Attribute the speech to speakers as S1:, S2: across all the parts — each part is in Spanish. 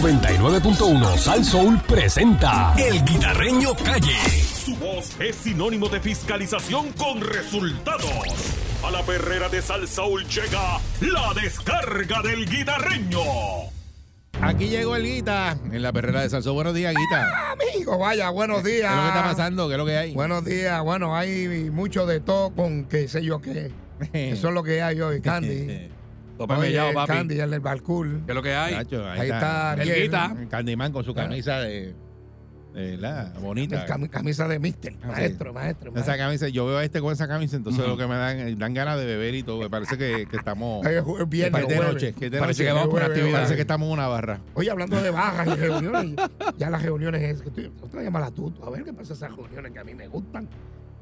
S1: 99.1 Sal Soul presenta El Guitarreño Calle.
S2: Su voz es sinónimo de fiscalización con resultados. A la perrera de Sal Soul llega la descarga del guitarreño.
S3: Aquí llegó el Guita en la perrera de Salsó. Buenos días, Guita.
S4: Amigo, vaya, buenos
S3: ¿Qué
S4: días.
S3: es lo que está pasando? ¿Qué es lo que hay?
S4: Buenos días. Bueno, hay mucho de todo con qué sé yo qué. Eso es lo que hay hoy, Candy.
S3: Eh,
S5: Tope
S4: Oye,
S5: mellao, papi.
S4: Candy, el del balcón.
S5: ¿Qué es lo que hay?
S3: Nacho,
S4: Ahí está
S3: el
S4: Ariel.
S3: Guita. El Candyman con su camisa de. de la bonita. Ah,
S4: El cam- camisa de Mister. Maestro, maestro,
S3: Esa
S4: maestro.
S3: camisa, yo veo a este con esa camisa, entonces lo que me dan, eh, dan ganas de beber y todo. Me parece que, que estamos.
S4: Ay, es jue- viernes,
S3: que es de
S4: jueves.
S3: noche, que es de
S4: Parece
S3: noche.
S4: que vamos por
S3: Parece
S4: actividad.
S3: Parece que estamos en una barra.
S4: Oye, hablando de bajas y reuniones, ya las reuniones es que estoy, otra llamada tú, a ver qué pasa esas reuniones que a mí me gustan.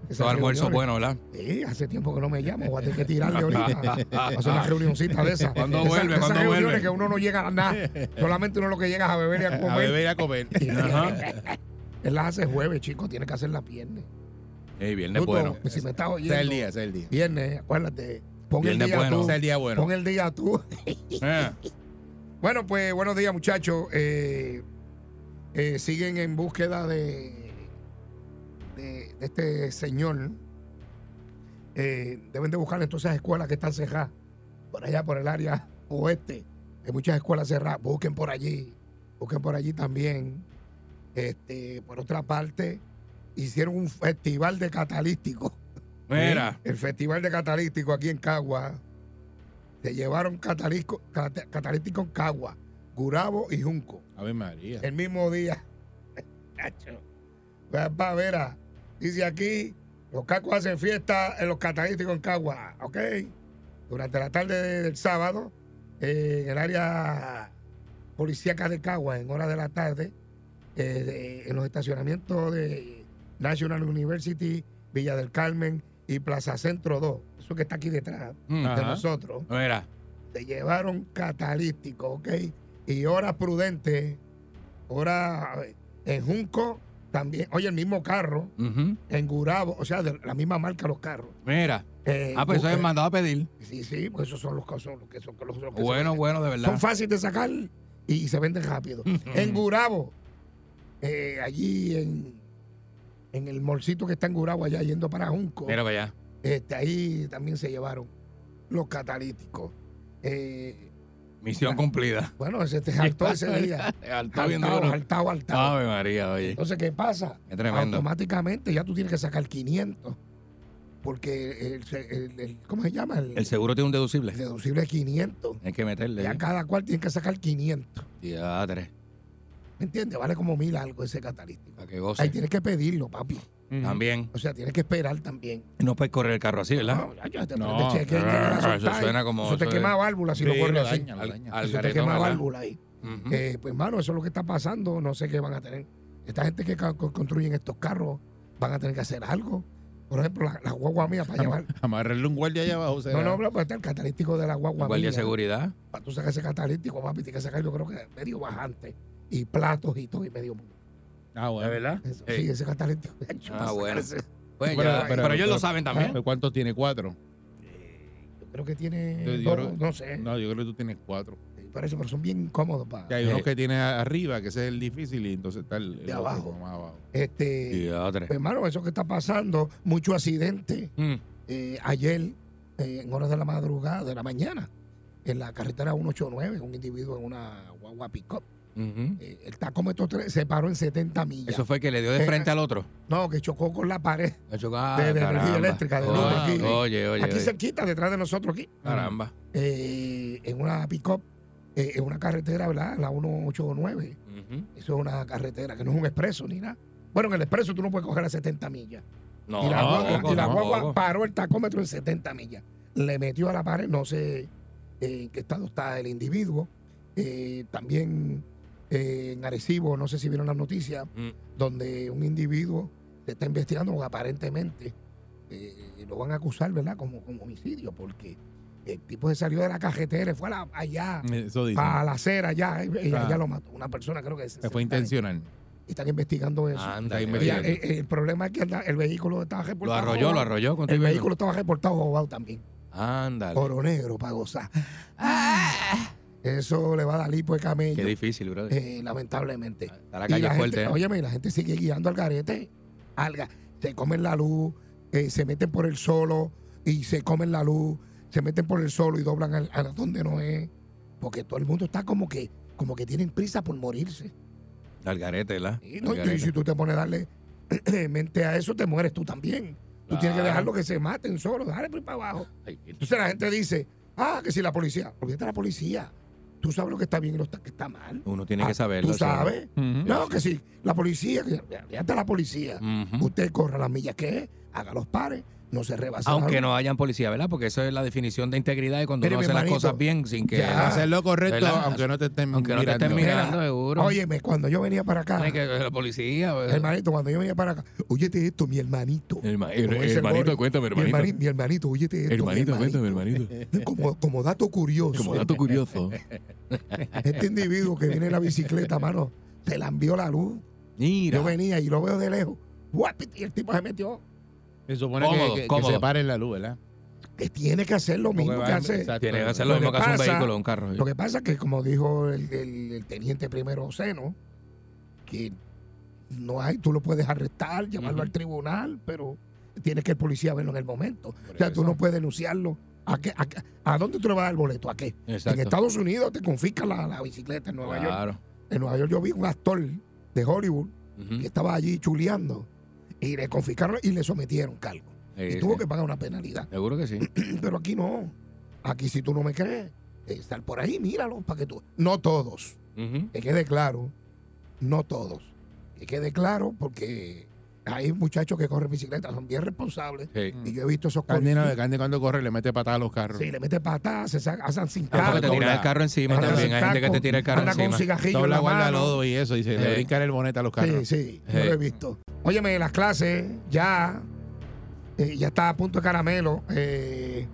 S4: Esas
S5: Su almuerzo
S4: reuniones.
S5: bueno, ¿verdad?
S4: Sí, hace tiempo que no me llamo, voy a tener que tirarle ahorita. Hacer una reunioncita de esas.
S5: ¿Cuándo
S4: Esas-
S5: vuelve?
S4: Esas
S5: ¿Cuándo
S4: reuniones
S5: vuelve?
S4: que uno no llega a nada. Solamente uno lo que llega es a beber y a comer.
S3: A beber y a comer.
S4: Él las hace jueves, chicos, tiene que hacer las viernes.
S5: Ey, viernes
S4: Tuto,
S5: bueno.
S4: Si me estás
S3: Ese
S4: oyendo.
S3: es el día, ese es el día.
S4: Viernes, acuérdate. Pon
S5: Viernes
S4: el día
S5: bueno.
S4: tú.
S3: Ese es el día bueno.
S4: Pon el día tú.
S5: Eh,
S4: Bueno, pues buenos días, muchachos. Eh, eh, siguen en búsqueda de, de, de este señor. Eh, deben de buscar entonces escuelas que están cerradas. Por allá, por el área oeste. Hay muchas escuelas cerradas. Busquen por allí. Busquen por allí también. Este, por otra parte, hicieron un festival de catalísticos.
S5: mira.
S4: El Festival de Catalítico aquí en Cagua. Se llevaron catalítico, cata- catalítico en Cagua, Gurabo y Junco.
S3: A ver, María.
S4: El mismo día. Chacho. Vea, pa, vera. Dice aquí, los cacos hacen fiesta en los catalíticos en Cagua. ¿Ok? Durante la tarde de- del sábado, eh, en el área policíaca de Cagua, en horas de la tarde, eh, de- en los estacionamientos de National University, Villa del Carmen y Plaza Centro 2, eso que está aquí detrás
S5: Mm,
S4: de
S3: Ajá.
S4: nosotros,
S5: Mira.
S4: se llevaron catalítico, ¿ok? Y horas prudentes, horas en Junco también, oye, el mismo carro,
S5: Ujú.
S4: en Gurabo, o sea, de la misma marca los carros.
S5: Mira.
S4: Eh,
S5: Ah, pues eso
S4: bu-
S5: es
S4: eh,
S5: mandado a pedir.
S4: Sí, sí, pues esos son los que son los que son los que son-
S5: Bueno, bueno, de verdad.
S4: son fáciles de sacar y se venden rápido. en Gurabo, eh, allí en, en el morcito que está en Gurabo, allá yendo para Junco,
S5: Mira para allá.
S4: este, ahí también se llevaron los catalíticos. Eh,
S5: Misión cumplida.
S4: bueno, ese te saltó ese día.
S5: Está bien
S4: Saltado,
S5: duro. Ah,
S4: saltado, saltado.
S5: Ave María, oye.
S4: Entonces, ¿qué pasa?
S5: Qué tremendo.
S4: Automáticamente ya tú tienes que sacar 500. Porque, el, el- el- ¿cómo se llama? El,
S5: El seguro tiene un deducible.
S4: el deducible es 500.
S5: Hay que meterle.
S4: Ya
S5: ¿eh?
S4: cada cual tiene que sacar 500.
S5: Diadre.
S4: ¿Me entiendes? Vale como mil algo ese catalítico.
S5: Para que
S4: Ahí
S5: goce.
S4: tienes que pedirlo, papi.
S5: También.
S4: O sea, tienes que esperar también.
S5: No puedes correr el carro así, ¿verdad? Ah,
S4: No, ya, ya, te
S3: No.
S4: prende cheque, llegue la
S5: Eso
S4: soltada y-
S5: suena como-
S4: Eso te
S5: eso
S4: quema
S5: es-
S4: válvula si
S3: Sí,
S4: lo corres
S3: lo
S4: así.
S3: daña, lo daña.
S5: al
S4: Eso te
S5: garetón,
S4: quema
S5: ¿verdad? ¿Mm?
S4: válvula ahí.
S5: Ujú.
S4: Eh, pues, mano, eso es lo que está pasando. No sé qué van a tener. Esta gente que ca- co- construyen estos carros van a tener que hacer algo. Por ejemplo, la, la guagua mía para llevar.
S3: Amarrarle un guardia allá abajo.
S4: No,
S3: será.
S4: no, pero está el catalítico de la guagua
S5: Guardia de
S4: mía.
S5: seguridad.
S4: Para tú sacar ese catalítico, papi, tienes que sacar, yo creo que medio bajante. Y platos y todo, y medio.
S3: Ah, bueno.
S5: verdad?
S4: Eso, Sí, ese catalítico.
S5: Ah,
S4: Para sacar
S5: bueno.
S4: ese-
S5: Pues
S3: Pero-
S5: ya,
S3: pero-
S5: pero ellos lo
S3: pero-
S5: saben también.
S3: Pero ¿Cuántos tiene? ¿Cuatro?
S4: Yo creo que tiene.
S3: Yo- yo
S4: dos,
S3: creo-
S4: no sé.
S3: No, yo creo que tú tienes cuatro.
S4: Por eso, pero son bien incómodos para.
S3: Que hay
S5: Eh.
S3: unos que tiene arriba, que ese es el difícil, y entonces está el, el
S4: De
S3: otro
S4: abajo.
S3: como más abajo.
S4: Este.
S5: Diadre.
S4: pues, hermano, eso que está pasando, mucho accidente.
S5: Mm.
S4: eh, ayer, eh, en horas de la madrugada, de la mañana, en la carretera 189, un individuo en una guagua pick-up.
S5: Ujú.
S4: eh, el tacómetro 3 se paró en 70 millas.
S5: Eso fue que le dio de
S4: Eh,
S5: frente al otro.
S4: No, que chocó con la pared.
S5: Ha chocado.
S4: de- de energía
S5: ah, caramba.
S4: eléctrica, de
S5: oye,
S3: luz aquí.
S5: Oye, oye.
S4: aquí
S5: oye.
S4: cerquita, detrás de nosotros aquí.
S5: Caramba.
S4: eh, en una pick-up, eh, en una carretera, ¿verdad? La 189.
S5: Ujú.
S4: Eso es una carretera que no es un expreso ni nada. Bueno, en el expreso tú no puedes coger a 70 millas.
S5: No,
S4: y la, guagua,
S5: tampoco,
S4: y la
S5: tampoco.
S4: guagua paró el tacómetro en 70 millas. Le metió a la pared, no sé eh, en qué estado está el individuo. Eh, también eh, en Arecibo, no sé si vieron las noticias,
S5: Mm.
S4: donde un individuo se está investigando porque aparentemente. eh, lo van a acusar, ¿verdad? Como, como homicidio, porque el tipo se salió de la carretera, y fue a la- allá,
S3: Eso dice.
S4: para la acera, allá, y, y
S3: Ah.
S4: allá lo mató. Una persona, creo que se
S3: Que fue intencional.
S4: Ah. Están investigando eso.
S5: Ándale,
S3: Ahí
S4: Y
S3: me
S5: oye.
S4: ya, eh, eh, el problema es que anda- el vehículo estaba
S5: Lo
S4: reportado.
S5: arrolló, lo
S4: robado.
S5: arrolló. con
S4: El
S5: tu-
S4: vehículo estaba reportado robado también.
S5: Ándale.
S4: Oro negro para gozar. Eso le va a dar lipo de
S5: Ah. Qué
S4: camello,
S5: difícil, brother.
S4: eh, lamentablemente.
S5: Está la
S4: Y
S5: calle
S4: la
S5: fuerte.
S4: gente,
S5: ¿eh?
S4: óyeme, la gente sigue guiando al garete. Alga, se comen la luz, eh, se meten por el solo y se comen la luz, se meten por el solo y doblan al- a, donde no es. Porque todo el mundo está como que, como que tienen prisa por morirse.
S5: Al garete, ¿verdad?
S4: Y, no,
S5: Al
S4: y
S5: garete.
S4: si tú te pones a darle mente a eso, te mueres tú también. Tú tienes que
S5: Claro.
S4: dejarlo que se maten solo, dejarle por ahí para abajo.
S5: Ay, mira.
S4: Entonces la gente dice, ah, que si la policía, olvídate de la policía. Tú sabes lo que está bien y lo está- que está mal.
S5: Uno tiene
S4: Ah,
S5: que saberlo.
S4: Tú
S5: eso, ¿no?
S4: sabes.
S3: Ujú.
S4: No, que sí, la policía, que fíjate la policía.
S5: Ujú.
S4: Usted corra las millas que es, haga los pares, no se rebase.
S5: Aunque
S4: la-
S5: no hayan policía, ¿verdad? Porque eso es la definición de integridad y cuando
S4: Mire,
S5: uno
S4: mi
S5: hace las
S4: hermanito,
S5: cosas bien sin que...
S4: ya.
S5: no se-
S3: Hacer lo correcto,
S5: ¿Verdad?
S3: aunque no te estén
S5: Aunque no te
S3: mirando.
S5: estén mirando, seguro.
S4: Óyeme, cuando yo venía para acá,
S5: Ay, que la policía...
S4: hermanito, cuando yo venía para acá, óyete esto, mi hermanito.
S5: Herma-
S4: Como
S5: her-
S4: dice el Boris,
S5: cuéntame,
S4: Mi, hermani- mi hermanito, óyete esto. mi
S5: hermanito.
S4: Eh, Como, como dato curioso,
S5: curioso.
S4: este individuo que viene en la bicicleta, mano, se la envió la luz.
S5: Mira.
S4: Yo venía y lo veo de lejos. ¡Guapit! Y el tipo se metió.
S3: Se supone que-
S5: Cómodo,
S3: que, que
S5: cómodo.
S3: se paren la luz, ¿verdad?
S4: Que tiene que hacer lo mismo
S3: Porque
S4: que
S3: va-
S4: hace.
S3: exacto.
S5: Tiene que hacer lo,
S4: Lo
S5: mismo que
S4: que
S5: hace un
S4: pasa-
S5: vehículo, un carro.
S4: Lo que pasa es que, como dijo el, el- el teniente primero Seno, que no hay, tú lo puedes arrestar, llevarlo
S5: Ujú.
S4: al tribunal, pero tienes que el policía verlo en el momento. o sea, tú
S5: eso.
S4: no puedes denunciarlo. ¿A, qué, a, qué- a dónde tú le vas a dar el boleto? ¿A qué? En
S5: Exacto.
S4: Estados Unidos te confisca la, la bicicleta en Nueva York.
S5: Claro.
S4: En Nueva York yo vi un actor de Hollywood
S5: Ujú.
S4: que estaba allí chuleando y le confiscaron y le sometieron cargo.
S5: Sí,
S4: Y
S5: sí.
S4: tuvo que pagar una penalidad.
S5: Seguro que sí.
S4: Pero aquí no. Aquí si tú no me crees, estar por ahí, míralo, para que tú... No todos,
S5: Ujú.
S4: que quede claro, no todos. Que quede claro porque hay muchachos que corren bicicleta, son bien responsables.
S5: Sí.
S4: Y yo he visto esos
S3: Candy, no,
S4: corridos.
S3: Candy cuando corre le mete patadas a los carros.
S4: Sí, le mete patadas, se sacan, hacen sin
S5: Tampoco
S4: carro,
S5: Ah, te tiras el carro encima
S4: andan
S5: también.
S4: sin
S5: Hay gente que
S4: taco,
S5: te tira el carro
S4: andan con
S5: encima.
S4: un cigajillo en
S3: Dobla
S4: la
S3: guarda
S4: mano.
S3: lodo y eso, y se
S5: Eh.
S3: le brincan el bonete a los
S4: Sí,
S3: carros.
S4: sí, yo lo
S5: Sí.
S4: he visto. Óyeme, las clases ya, eh, ya está a punto de caramelo. eh,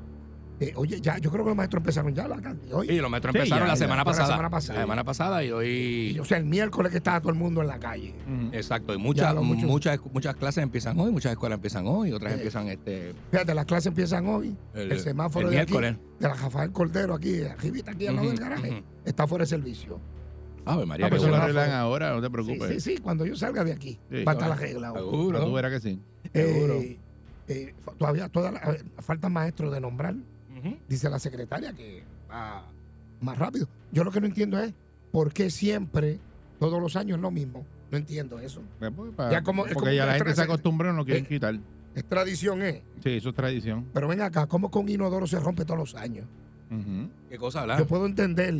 S4: eh, oye, ya, yo creo que los maestros empezaron ya la hoy.
S5: Y los metros
S3: Sí,
S5: empezaron
S3: ya,
S5: la,
S3: ya.
S5: semana
S4: Fue la
S5: pasada.
S4: semana pasada.
S5: La semana pasada y hoy.
S4: O sea, el miércoles que estaba todo el mundo en la calle.
S3: Ujú.
S5: Exacto. Y muchas,
S4: lo mucho.
S5: muchas, muchas clases empiezan hoy, muchas escuelas empiezan hoy, otras
S4: Sí.
S5: empiezan este.
S4: Fíjate, las clases empiezan hoy. El, semáforo
S5: el
S4: de aquí,
S5: miércoles.
S4: de la Rafael Cordero, aquí, arribita, aquí al lado del
S5: Ujú,
S4: garaje,
S5: ujú.
S4: está fuera de servicio.
S5: Ave María,
S3: Ah,
S5: qué
S3: pues eso lo
S5: bueno.
S3: arreglan ahora, no te
S4: Sí,
S3: preocupes.
S4: sí, sí, cuando yo salga de aquí,
S3: Sí,
S4: va a estar
S5: claro.
S4: arreglado.
S3: Pero tú
S5: Seguro.
S3: verás que sí.
S5: Seguro.
S4: Eh, eh, fa- todavía toda la- a ver, faltan maestros de nombrar,
S5: Ujú.
S4: dice la secretaria, que va más rápido. Yo lo que no entiendo es por qué siempre, todos los años, es lo mismo. No entiendo eso.
S3: Pues, pues, pa-
S4: Ya como- es
S3: porque
S4: como
S3: ya
S4: una
S3: la gente se
S4: tradición.
S3: acostumbra no lo quieren
S4: Eh.
S3: quitar.
S4: Es tradición, ¿eh?
S3: Sí, eso es tradición.
S4: Pero ven acá, ¿cómo con inodoro se rompe todos los años?
S3: Ujú.
S5: Qué cosa, ¿verdad?
S4: Yo puedo entender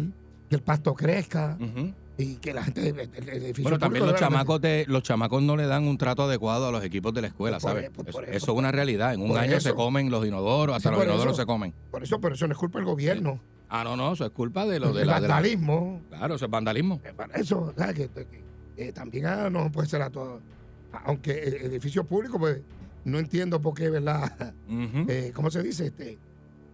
S4: que el pasto crezca
S5: Ujú.
S4: y que la gente. El, el edificio
S5: Bueno, también
S4: público debe
S5: los chamacos, de, los chamacos no le dan un trato adecuado a los equipos de la escuela,
S4: Pues Por- e,
S5: ¿sabes?
S4: por-
S5: eso,
S4: por-
S5: eso es una realidad. En un
S4: por
S5: año se
S4: eso.
S5: comen los inodoros,
S4: Sí,
S5: hasta los
S4: por
S5: inodoros
S4: eso.
S5: se comen.
S4: Por eso, pero eso no es culpa del gobierno.
S5: Ah, no, no, eso es culpa de los
S4: El
S5: de la. de la-
S4: vandalismo.
S5: Claro, eso es vandalismo.
S4: eh, para Eso, ¿sabes? Que, que- que, eh, también ah, no puede ser a todo. Aunque el el edificio público, pues no entiendo por qué, ¿verdad?
S5: Ujú.
S4: Eh, ¿Cómo se dice? este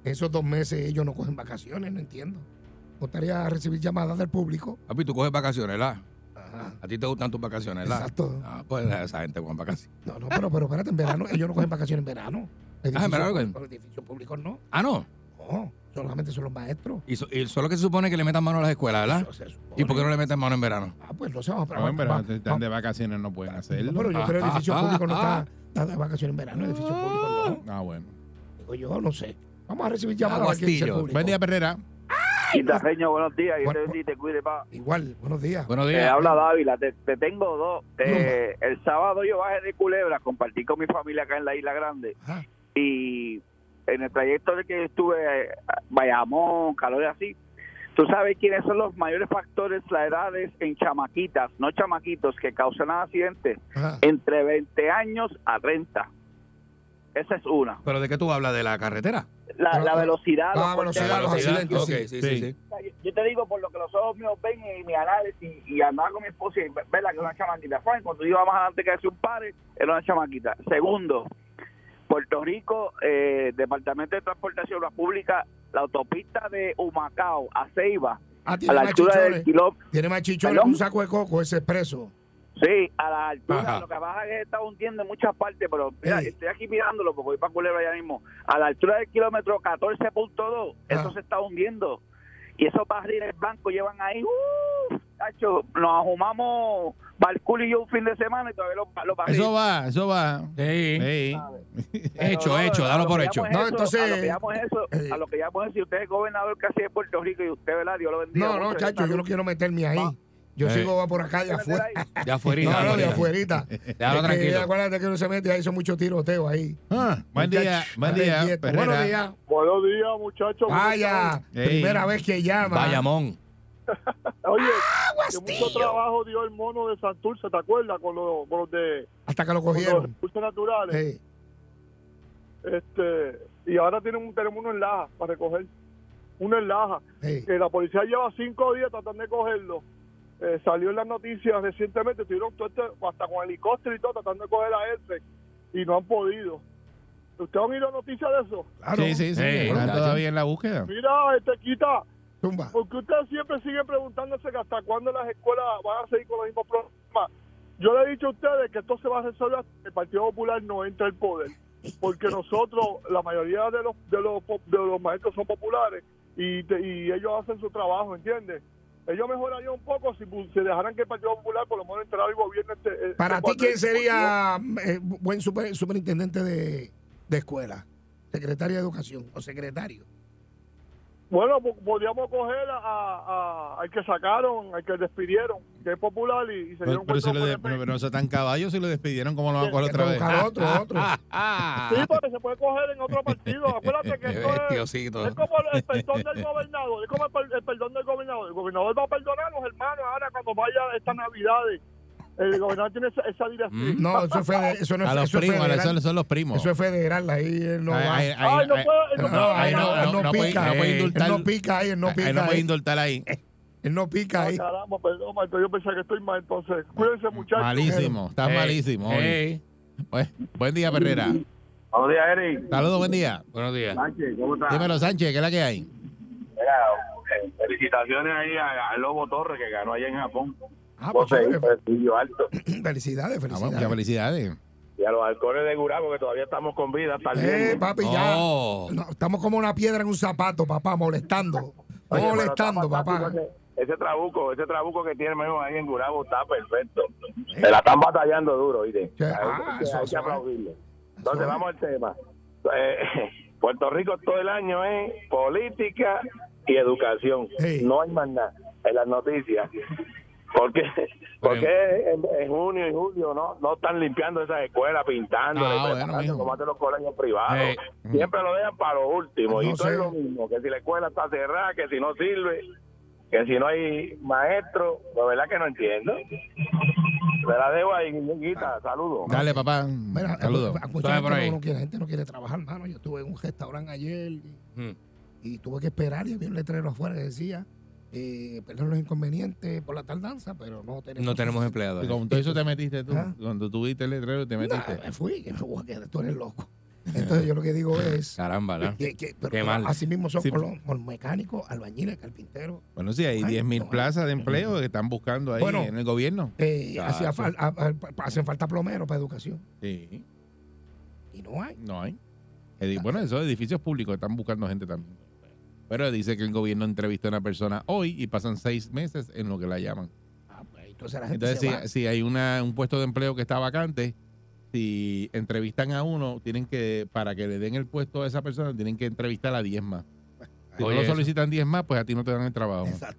S4: Esos dos meses ellos no cogen vacaciones, no entiendo. Me gustaría recibir llamadas del público.
S5: Papi, Ah, pues, tú coges vacaciones, ¿verdad?
S4: Ajá.
S5: A ti te gustan tus vacaciones, ¿verdad?
S4: Exacto.
S5: Ah, pues esa gente con vacaciones.
S4: No, no, pero, pero espérate, en verano, ellos no cogen vacaciones en verano.
S5: Ah, en verano
S4: Edificios-
S5: cogen.
S4: Los edificios públicos no.
S5: Ah, no.
S4: No, solamente son los maestros.
S5: Y, so- y solo que se supone que le metan mano a las escuelas, ¿verdad?
S4: Eso se supone.
S5: ¿Ah? ¿Y por qué no le meten mano en verano?
S4: Ah, pues no se vamos a
S3: No, en verdad, están de vacaciones, no pueden hacerlo.
S4: Pero yo creo que el edificio
S5: Ah,
S4: público no
S5: ah,
S4: está, está de vacaciones en verano, el edificio público no.
S3: Ah, bueno.
S4: Digo yo, no sé. Vamos a recibir llamadas
S5: Ah,
S4: aquí del
S5: Guastillo.
S4: público.
S3: Buen día, Perrera.
S6: Guitarreño, buenos días. Yo
S4: Bueno, Eh,
S6: te bendiga y te cuide, pa.
S4: Igual, buenos días.
S5: Buenos
S6: Te
S5: días.
S6: habla Dávila, te, te tengo dos. Eh, el sábado yo bajé de Culebra, compartí con mi familia acá en la Isla Grande.
S4: Ajá.
S6: Y en el trayecto de que estuve, eh, Bayamón, calor y así, tú sabes quiénes son los mayores factores, las edades en chamaquitas, no chamaquitos, que causan accidentes,
S4: ajá.
S6: entre 20 años a 30. Esa es una.
S5: ¿Pero de qué tú hablas? ¿De la carretera?
S6: La,
S4: Pero-
S6: la velocidad.
S4: la
S6: los
S4: velocidad, los
S6: porteros.
S4: accidentes,
S5: Ok,
S4: sí.
S5: sí, sí,
S3: Sí.
S5: sí.
S6: O sea, yo- yo te digo por lo que los ojos míos ven y mi análisis y andaba con mi esposa y ve- verla que era una chamaquita. Fue, cuando yo iba más adelante que hace un par, era una chamaquita. Segundo, Puerto Rico, eh, Departamento de Transportación Pública, la autopista de Humacao a Ceiba,
S4: Ah,
S6: a
S4: tiene
S6: la
S4: más
S6: altura
S4: chichones.
S6: del kilómetro.
S4: Tiene más chichones que
S6: ¿Perdón?
S4: un saco de coco, ese expreso.
S6: Sí, a la altura,
S5: Ajá.
S6: lo que pasa es que está hundiendo en muchas partes, pero mira,
S4: Sí.
S6: estoy aquí mirándolo porque voy para Culebra ya mismo. A la altura del kilómetro 14.2,
S4: Ah.
S6: eso se está hundiendo. y esos barriles blancos llevan ahí, ¡uh! Tacho, nos ahumamos Barcul y yo un fin de semana y todavía los, los barriles.
S3: Eso va, eso va.
S5: Sí.
S3: Sí.
S4: Ah,
S6: Pero
S5: Hecho,
S6: no,
S5: hecho,
S6: a
S5: dalo
S6: lo
S5: por
S6: que
S5: hecho.
S6: llamamos
S4: No,
S6: eso,
S4: entonces- eh,
S6: A lo que llamamos eso, a lo que llamamos eso, si usted es gobernador casi de Puerto Rico y usted, ¿verdad? Dios lo bendiga.
S4: No, no,
S6: mucho,
S4: chacho, yo
S6: salud.
S4: no quiero meterme ahí.
S6: Va.
S4: Yo
S5: Eh.
S4: sigo va por acá de afuera.
S5: De afuera.
S4: No,
S5: de
S4: no, de
S5: afuera.
S4: afuerita.
S5: Déjalo
S4: Es que
S5: tranquilo.
S4: Acuérdate que no se mete ahí, son muchos tiroteos ahí.
S3: Ah, buen día,
S4: Muchachos,
S3: buen
S4: estate
S3: día,
S4: quieto. Buenos
S3: Perrera.
S4: días.
S7: Buenos días, muchachos.
S5: Ah,
S4: Vaya,
S3: Ey.
S4: primera vez que llama.
S5: Bayamón.
S7: Oye, que mucho trabajo dio el mono de Santurce, ¿te acuerdas? Con los, con los de
S4: Hasta que lo
S7: con los
S4: cogieron.
S7: recursos naturales.
S4: Ey.
S7: Este, y ahora tienen un, tenemos uno en Laja para recoger. Uno en Laja,
S4: Ey.
S7: que la policía lleva cinco días tratando de cogerlo. Eh, salió en las noticias recientemente, estuvieron todo este- hasta con helicóptero y todo tratando de coger a ese y no han podido. ¿Ustedes han oído noticias de eso?
S4: Claro.
S3: Sí, sí, sí.
S5: Ey,
S3: Están
S5: muchacho.
S3: todavía en la búsqueda.
S7: Mira, este quita,
S4: Tumba.
S7: Porque ustedes siempre siguen preguntándose que hasta cuándo las escuelas van a seguir con los mismos problemas. Yo le he dicho a ustedes que esto se va a resolver hasta que el Partido Popular no entre al poder. Porque nosotros, la mayoría de los, de los, po- de los maestros son populares y, te- y ellos hacen su trabajo, ¿entiendes? Ellos mejorarían un poco si, pu- si dejaran que el Partido Popular por lo menos entrara al gobierno. Este, este
S4: Para ti,
S7: cuatro-
S4: ¿quién sería eh, buen super- superintendente de, de escuela? Secretaria de Educación o secretario.
S7: Bueno, po- podríamos coger a, a- a- al que sacaron, al que despidieron, que es popular y, y se
S3: Pero,
S7: dieron
S3: pero,
S7: cuenta
S3: si lo
S7: por
S3: de-
S7: el
S3: pero, pero se están caballos y lo despidieron, ¿cómo lo van a coger
S4: Hay que
S3: otra vez?
S4: buscar otro, otro.
S7: Sí,
S4: Ah.
S7: pero se puede coger en otro partido. Acuérdate que esto es,
S5: Bestiosito.
S7: es como el perdón del gobernador. Es como el, per- el perdón del gobernador. El gobernador va a perdonar a los hermanos ahora cuando vaya estas navidades. El gobernador tiene esa, esa directriz.
S4: No, eso, fue, eso no es,
S3: A los
S4: eso es
S3: primos, a los-
S4: federal.
S3: son, son los primos.
S4: Eso es federal, ahí él no
S3: Ahí-
S4: va.
S3: ahí- ahí-
S7: Ay, no
S3: ahí-
S4: No,
S7: puede- no
S4: no,
S7: puede-
S4: ahí no,
S7: no,
S4: él no
S3: no puede-
S4: pica.
S3: no puede
S4: él
S3: indultar-
S4: no pica ahí, él no
S3: ahí no
S4: pica
S3: puede
S4: ahí.
S3: indultar ahí.
S4: Él no pica
S6: Ah,
S4: ahí.
S7: Caramba, perdón, Marco, yo pensé que estoy mal. Entonces,
S4: Mm,
S7: cuídense, muchachos.
S3: Malísimo, está
S5: Ey,
S3: malísimo. hoy.
S5: ey.
S3: Buen- Buen día, Perrera.
S6: Buenos días, Eric.
S3: Saludos, buen día.
S5: Buenos días.
S3: Ah,
S6: Sánchez, ¿cómo
S4: Ah.
S6: estás?
S3: Dímelo, Sánchez, ¿qué es la que hay?
S6: Mira, eh, felicitaciones ahí a- al Lobo Torres que ganó allá en Japón.
S4: Ah, pues,
S6: José,
S4: chévere.
S6: prestigio alto.
S4: felicidades,
S5: pues,
S3: Ah, bueno, muchas
S4: felicidades.
S3: felicidades.
S6: Y a los halcones de Gurabo que todavía estamos con vida hasta el
S4: Eh,
S6: viernes.
S4: papi, ya.
S5: Oh.
S4: No, estamos como una piedra en un zapato, papá, molestando.
S6: Oye, pero está
S4: molestando, papá.
S6: fantástico ese- Ese trabuco, ese trabuco que tiene mismo ahí en Gurabo está perfecto. Se la están batallando duro, oye.
S4: Sí,
S6: Hay
S4: ah,
S6: que-
S4: eso,
S6: hay que
S4: eso,
S6: aplaudirle.
S4: Eso,
S6: Entonces vamos al tema. Eh, Puerto Rico todo el año es política y educación.
S4: Sí.
S6: No hay más nada en las noticias. Porque, porque en, en junio y julio no no están limpiando esas escuelas, pintándolas,
S3: Ah, bueno,
S6: preparando
S3: mijo.
S6: como hacen los colegios privados.
S5: Eh.
S6: Siempre lo dejan para lo último.
S4: Pues No
S6: y todo es
S4: sé.
S6: lo mismo. Que si la escuela está cerrada, que si no sirve, que si no hay maestro, la verdad que no entiendo. Me la debo ahí, niñita. Saludos.
S3: Dale, papá.
S4: Mira,
S3: Saludos.
S4: a- a- mucha
S5: Suave
S4: gente
S5: por ahí.
S4: no, no quiere, gente no quiere trabajar, mano. Yo estuve en un restaurante ayer y,
S5: Mm.
S4: y tuve que esperar y había un letrero afuera que decía, eh, perdón los inconvenientes por la tardanza, pero no tenemos...
S5: No tenemos
S3: Y
S5: empleadores.
S3: con todo eso te metiste tú.
S4: ¿Ah?
S3: Cuando tuviste el letrero, te metiste.
S4: Nah, me fui, que me voy a quedar, tú eres loco. Entonces yo lo que digo es...
S5: Caramba, ¿verdad?
S4: que- que- pero
S5: Qué mal.
S4: Así mismo son
S3: Sí.
S4: con los- con los mecánicos, albañiles, carpinteros.
S3: Bueno, sí, hay
S4: Ay,
S3: 10.000
S4: no,
S3: plazas de empleo que están buscando ahí
S4: Bueno.
S3: en el gobierno.
S4: Eh,
S5: Chacho.
S4: hacía fal- a- a- hacen falta plomeros para educación
S3: Sí,
S4: y no hay.
S3: no hay. Edi- Bueno, esos edificios públicos están buscando gente también. Pero dice que el gobierno entrevista a una persona hoy y pasan seis meses en lo que la llaman.
S4: Ah, pues, Entonces la gente
S3: Entonces,
S4: se
S3: si,
S4: va.
S3: si hay una, un puesto de empleo que está vacante, si entrevistan a uno, tienen que, para que le den el puesto a esa persona, tienen que entrevistar a 10 más. Si
S5: Oye,
S3: no lo
S5: eso.
S3: solicitan 10 más, pues a ti no te dan el trabajo.
S4: Exacto.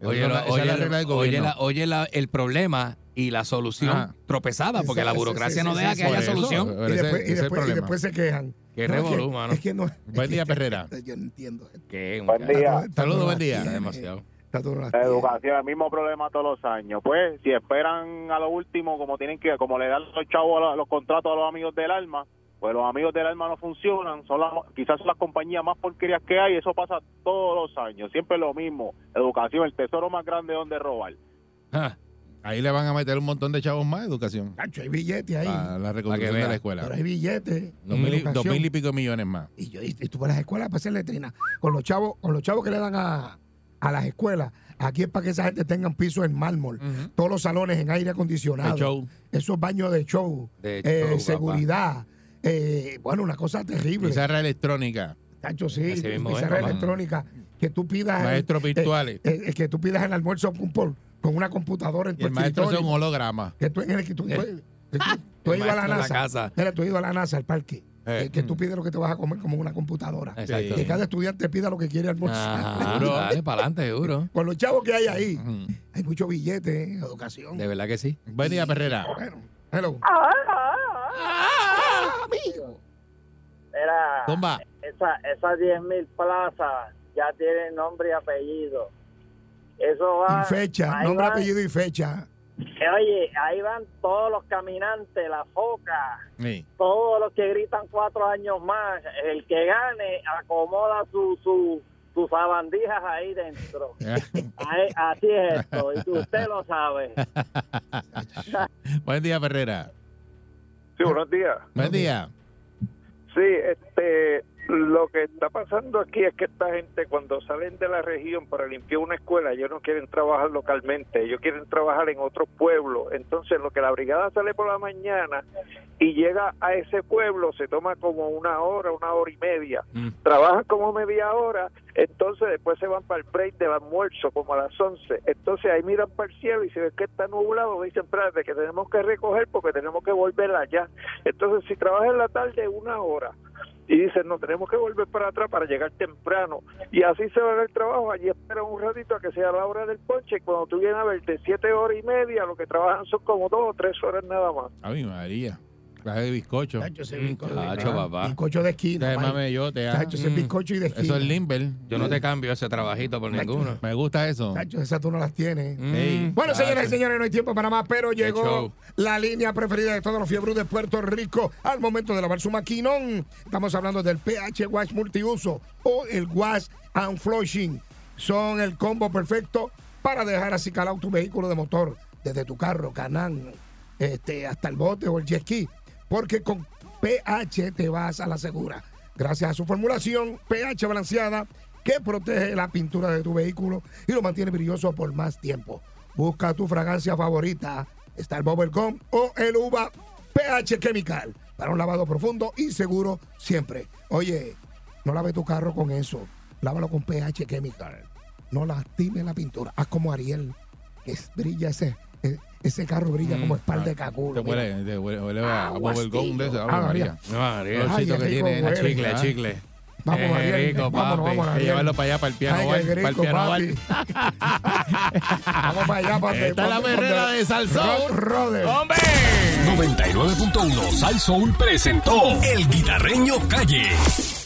S3: Esa
S5: Oye,
S3: es la-
S5: lo-
S3: esa es
S5: oye,
S3: la regla del
S5: lo- oye
S3: gobierno.
S5: la- oye la- el problema y la solución
S3: Ajá.
S5: tropezada, porque
S4: Exacto,
S5: la
S4: sí,
S5: burocracia
S4: sí,
S5: no
S4: sí,
S5: deja
S4: sí,
S5: que haya
S4: por eso.
S5: solución.
S3: Pero
S4: Y
S3: ese-
S4: después, y
S3: ese es el
S4: después- y
S3: problema.
S4: después se quejan.
S5: Qué
S4: No, es
S5: revolú,
S4: que-
S5: mano.
S4: Es que no. es
S3: Buen día,
S4: que-
S3: Perrera.
S4: Yo no entiendo. esto.
S5: Qué
S7: Buen
S5: muchacho.
S4: Está
S7: día.
S4: todo- está
S3: Saludos,
S4: todo
S3: buen
S4: las
S3: día.
S5: Está
S4: tiene,
S5: Demasiado.
S4: está todo las
S7: La
S4: tiene.
S7: Educación, el mismo problema todos los años. Pues, si esperan a lo último, como tienen que, como le dan los chavos a los, los contratos a los amigos del alma, pues los amigos del alma no funcionan. Son las, quizás son las compañías más porquerías que hay. Eso pasa todos los años. Siempre lo mismo. Educación, el tesoro más grande donde robar.
S5: Ah,
S3: Ahí le van a meter un montón de chavos más de educación.
S4: Cacho, hay billetes ahí.
S3: Para la
S5: Para que
S3: reconstrucción de
S5: vea.
S3: la
S4: pero
S3: escuela.
S4: hay billetes.
S3: Dos mil, y-
S4: educación.
S3: dos mil y pico millones más.
S4: Y, yo, y, y tú vas a las escuelas para hacer letrina. Con los chavos, con los chavos que le dan a, a las escuelas, aquí es para que esa gente tengan piso en mármol. Todos los salones en aire acondicionado.
S3: El show.
S4: Esos baños de show.
S5: De
S4: eh,
S5: show, papá.
S4: seguridad. eh, bueno, una cosa terrible.
S3: Pizarra electrónica.
S4: Tacho, sí,
S5: Así mismo es,
S4: pizarra
S5: papá.
S4: electrónica. Que que tú pidas. el-
S3: Maestros
S4: eh,
S3: virtuales.
S4: eh, eh, que tú pidas el almuerzo con, por- con una computadora en
S3: Y
S4: tu
S3: el maestro es un
S4: escritorio.
S3: holograma.
S4: Que tú, en el, que tú, tú- tú- tú has ido a la
S5: maestro en la
S4: NASA.
S5: casa.
S4: Mira, tú has ido a la NASA, al parque.
S5: Eh.
S4: que- que tú pides lo que te vas a comer como una computadora.
S5: Exacto.
S4: Que cada estudiante pida lo que quiere almorzar.
S5: Ajá, seguro, Ah, dale, para adelante, seguro.
S4: Con los chavos que hay ahí,
S3: Ujú.
S4: hay mucho billete en educación.
S5: De verdad que sí.
S3: Buen día, Perrera.
S4: Bueno, hello.
S6: Era
S3: Tumba.
S6: esa, esas 10 mil plazas ya tienen nombre y apellido. Eso va.
S4: Y fecha,
S6: ahí
S4: nombre,
S6: van-
S4: apellido y fecha.
S6: eh, Oye, ahí van todos los caminantes, la foca,
S3: Sí.
S6: todos los que gritan cuatro años más. El que gane acomoda su, su, sus sabandijas ahí dentro. Ahí- así es esto, y usted lo sabe.
S3: Buen día, Perrera.
S7: Sí, buenos días.
S3: Buen día.
S7: Sí, este, lo que está pasando aquí es que esta gente cuando salen de la región para limpiar una escuela, ellos no quieren trabajar localmente, ellos quieren trabajar en otro pueblo. Entonces, lo que la brigada sale por la mañana y llega a ese pueblo, se toma como una hora, una hora y media. Trabajan como media hora, entonces después se van para el break del almuerzo, como a las 11. Entonces ahí miran para el cielo y si ven que está nublado, dicen, espérate, que tenemos que recoger porque tenemos que volver allá. Entonces, si trabajas en la tarde, una hora. Y dicen, no, tenemos que volver para atrás para llegar temprano. Y así se van al trabajo. Allí esperan un ratito a que sea la hora del ponche. Y cuando tú vienes a ver de siete horas y media, lo que trabajan son como dos o tres horas nada más.
S3: A mi María. Clase de bizcocho.
S4: Chacho, ese bizcocho,
S5: Mm, chacho,
S4: ¿verdad?
S5: papá.
S4: Bizcocho de esquina.
S3: Ese
S4: man.
S3: mame yo, te amo.
S4: Chacho, ese
S5: Mm.
S4: bizcocho y de esquina.
S3: Eso es Limber.
S5: Yo no te cambio ese trabajito por ninguno.
S3: Me gusta eso.
S4: Chacho, esa tú no las tienes.
S3: Ey.
S4: Bueno, señoras y señores, no hay tiempo para más, pero llegó
S5: show.
S4: la línea preferida de todos los fiebros de Puerto Rico al momento de lavar su maquinón. Estamos hablando del PH Wash multiuso o el Wash and Flushing. Son el combo perfecto para dejar así calado tu vehículo de motor, desde tu carro, canán, este, hasta el bote o el jet ski, porque con PH te vas a la segura. Gracias a su formulación PH balanceada que protege la pintura de tu vehículo y lo mantiene brilloso por más tiempo. Busca tu fragancia favorita, está el Bubble Gum o el Uva PH Chemical para un lavado profundo y seguro siempre. Oye, no lave tu carro con eso, lávalo con PH Chemical. No lastime la pintura, haz como Ariel, que es- brilla ese, e- ese carro brilla como espalda de
S3: Te
S4: caculo. mira.
S3: huele, te huele, huele a a bubblegum de ese.
S4: Ah,
S3: Ave María.
S4: María.
S5: No, María.
S4: Ay,
S3: Olorcito que
S4: qué rico
S3: tiene.
S4: huele.
S5: chicle,
S3: Ah.
S5: chicle.
S4: Vamos,
S5: Qué
S4: Ariel.
S5: rico,
S4: vámonos,
S5: papi.
S3: Hay que
S4: vámonos, Ariel.
S3: llevarlo para allá, para el piano
S4: Ay, qué
S3: bar. Para el
S4: rico,
S3: piano bar.
S4: papi. Vamos para allá, para
S3: Esta es la perrera de Salsón.
S4: Roder.
S1: 99.1 Sal Soul presentó El Guitarreño Calle.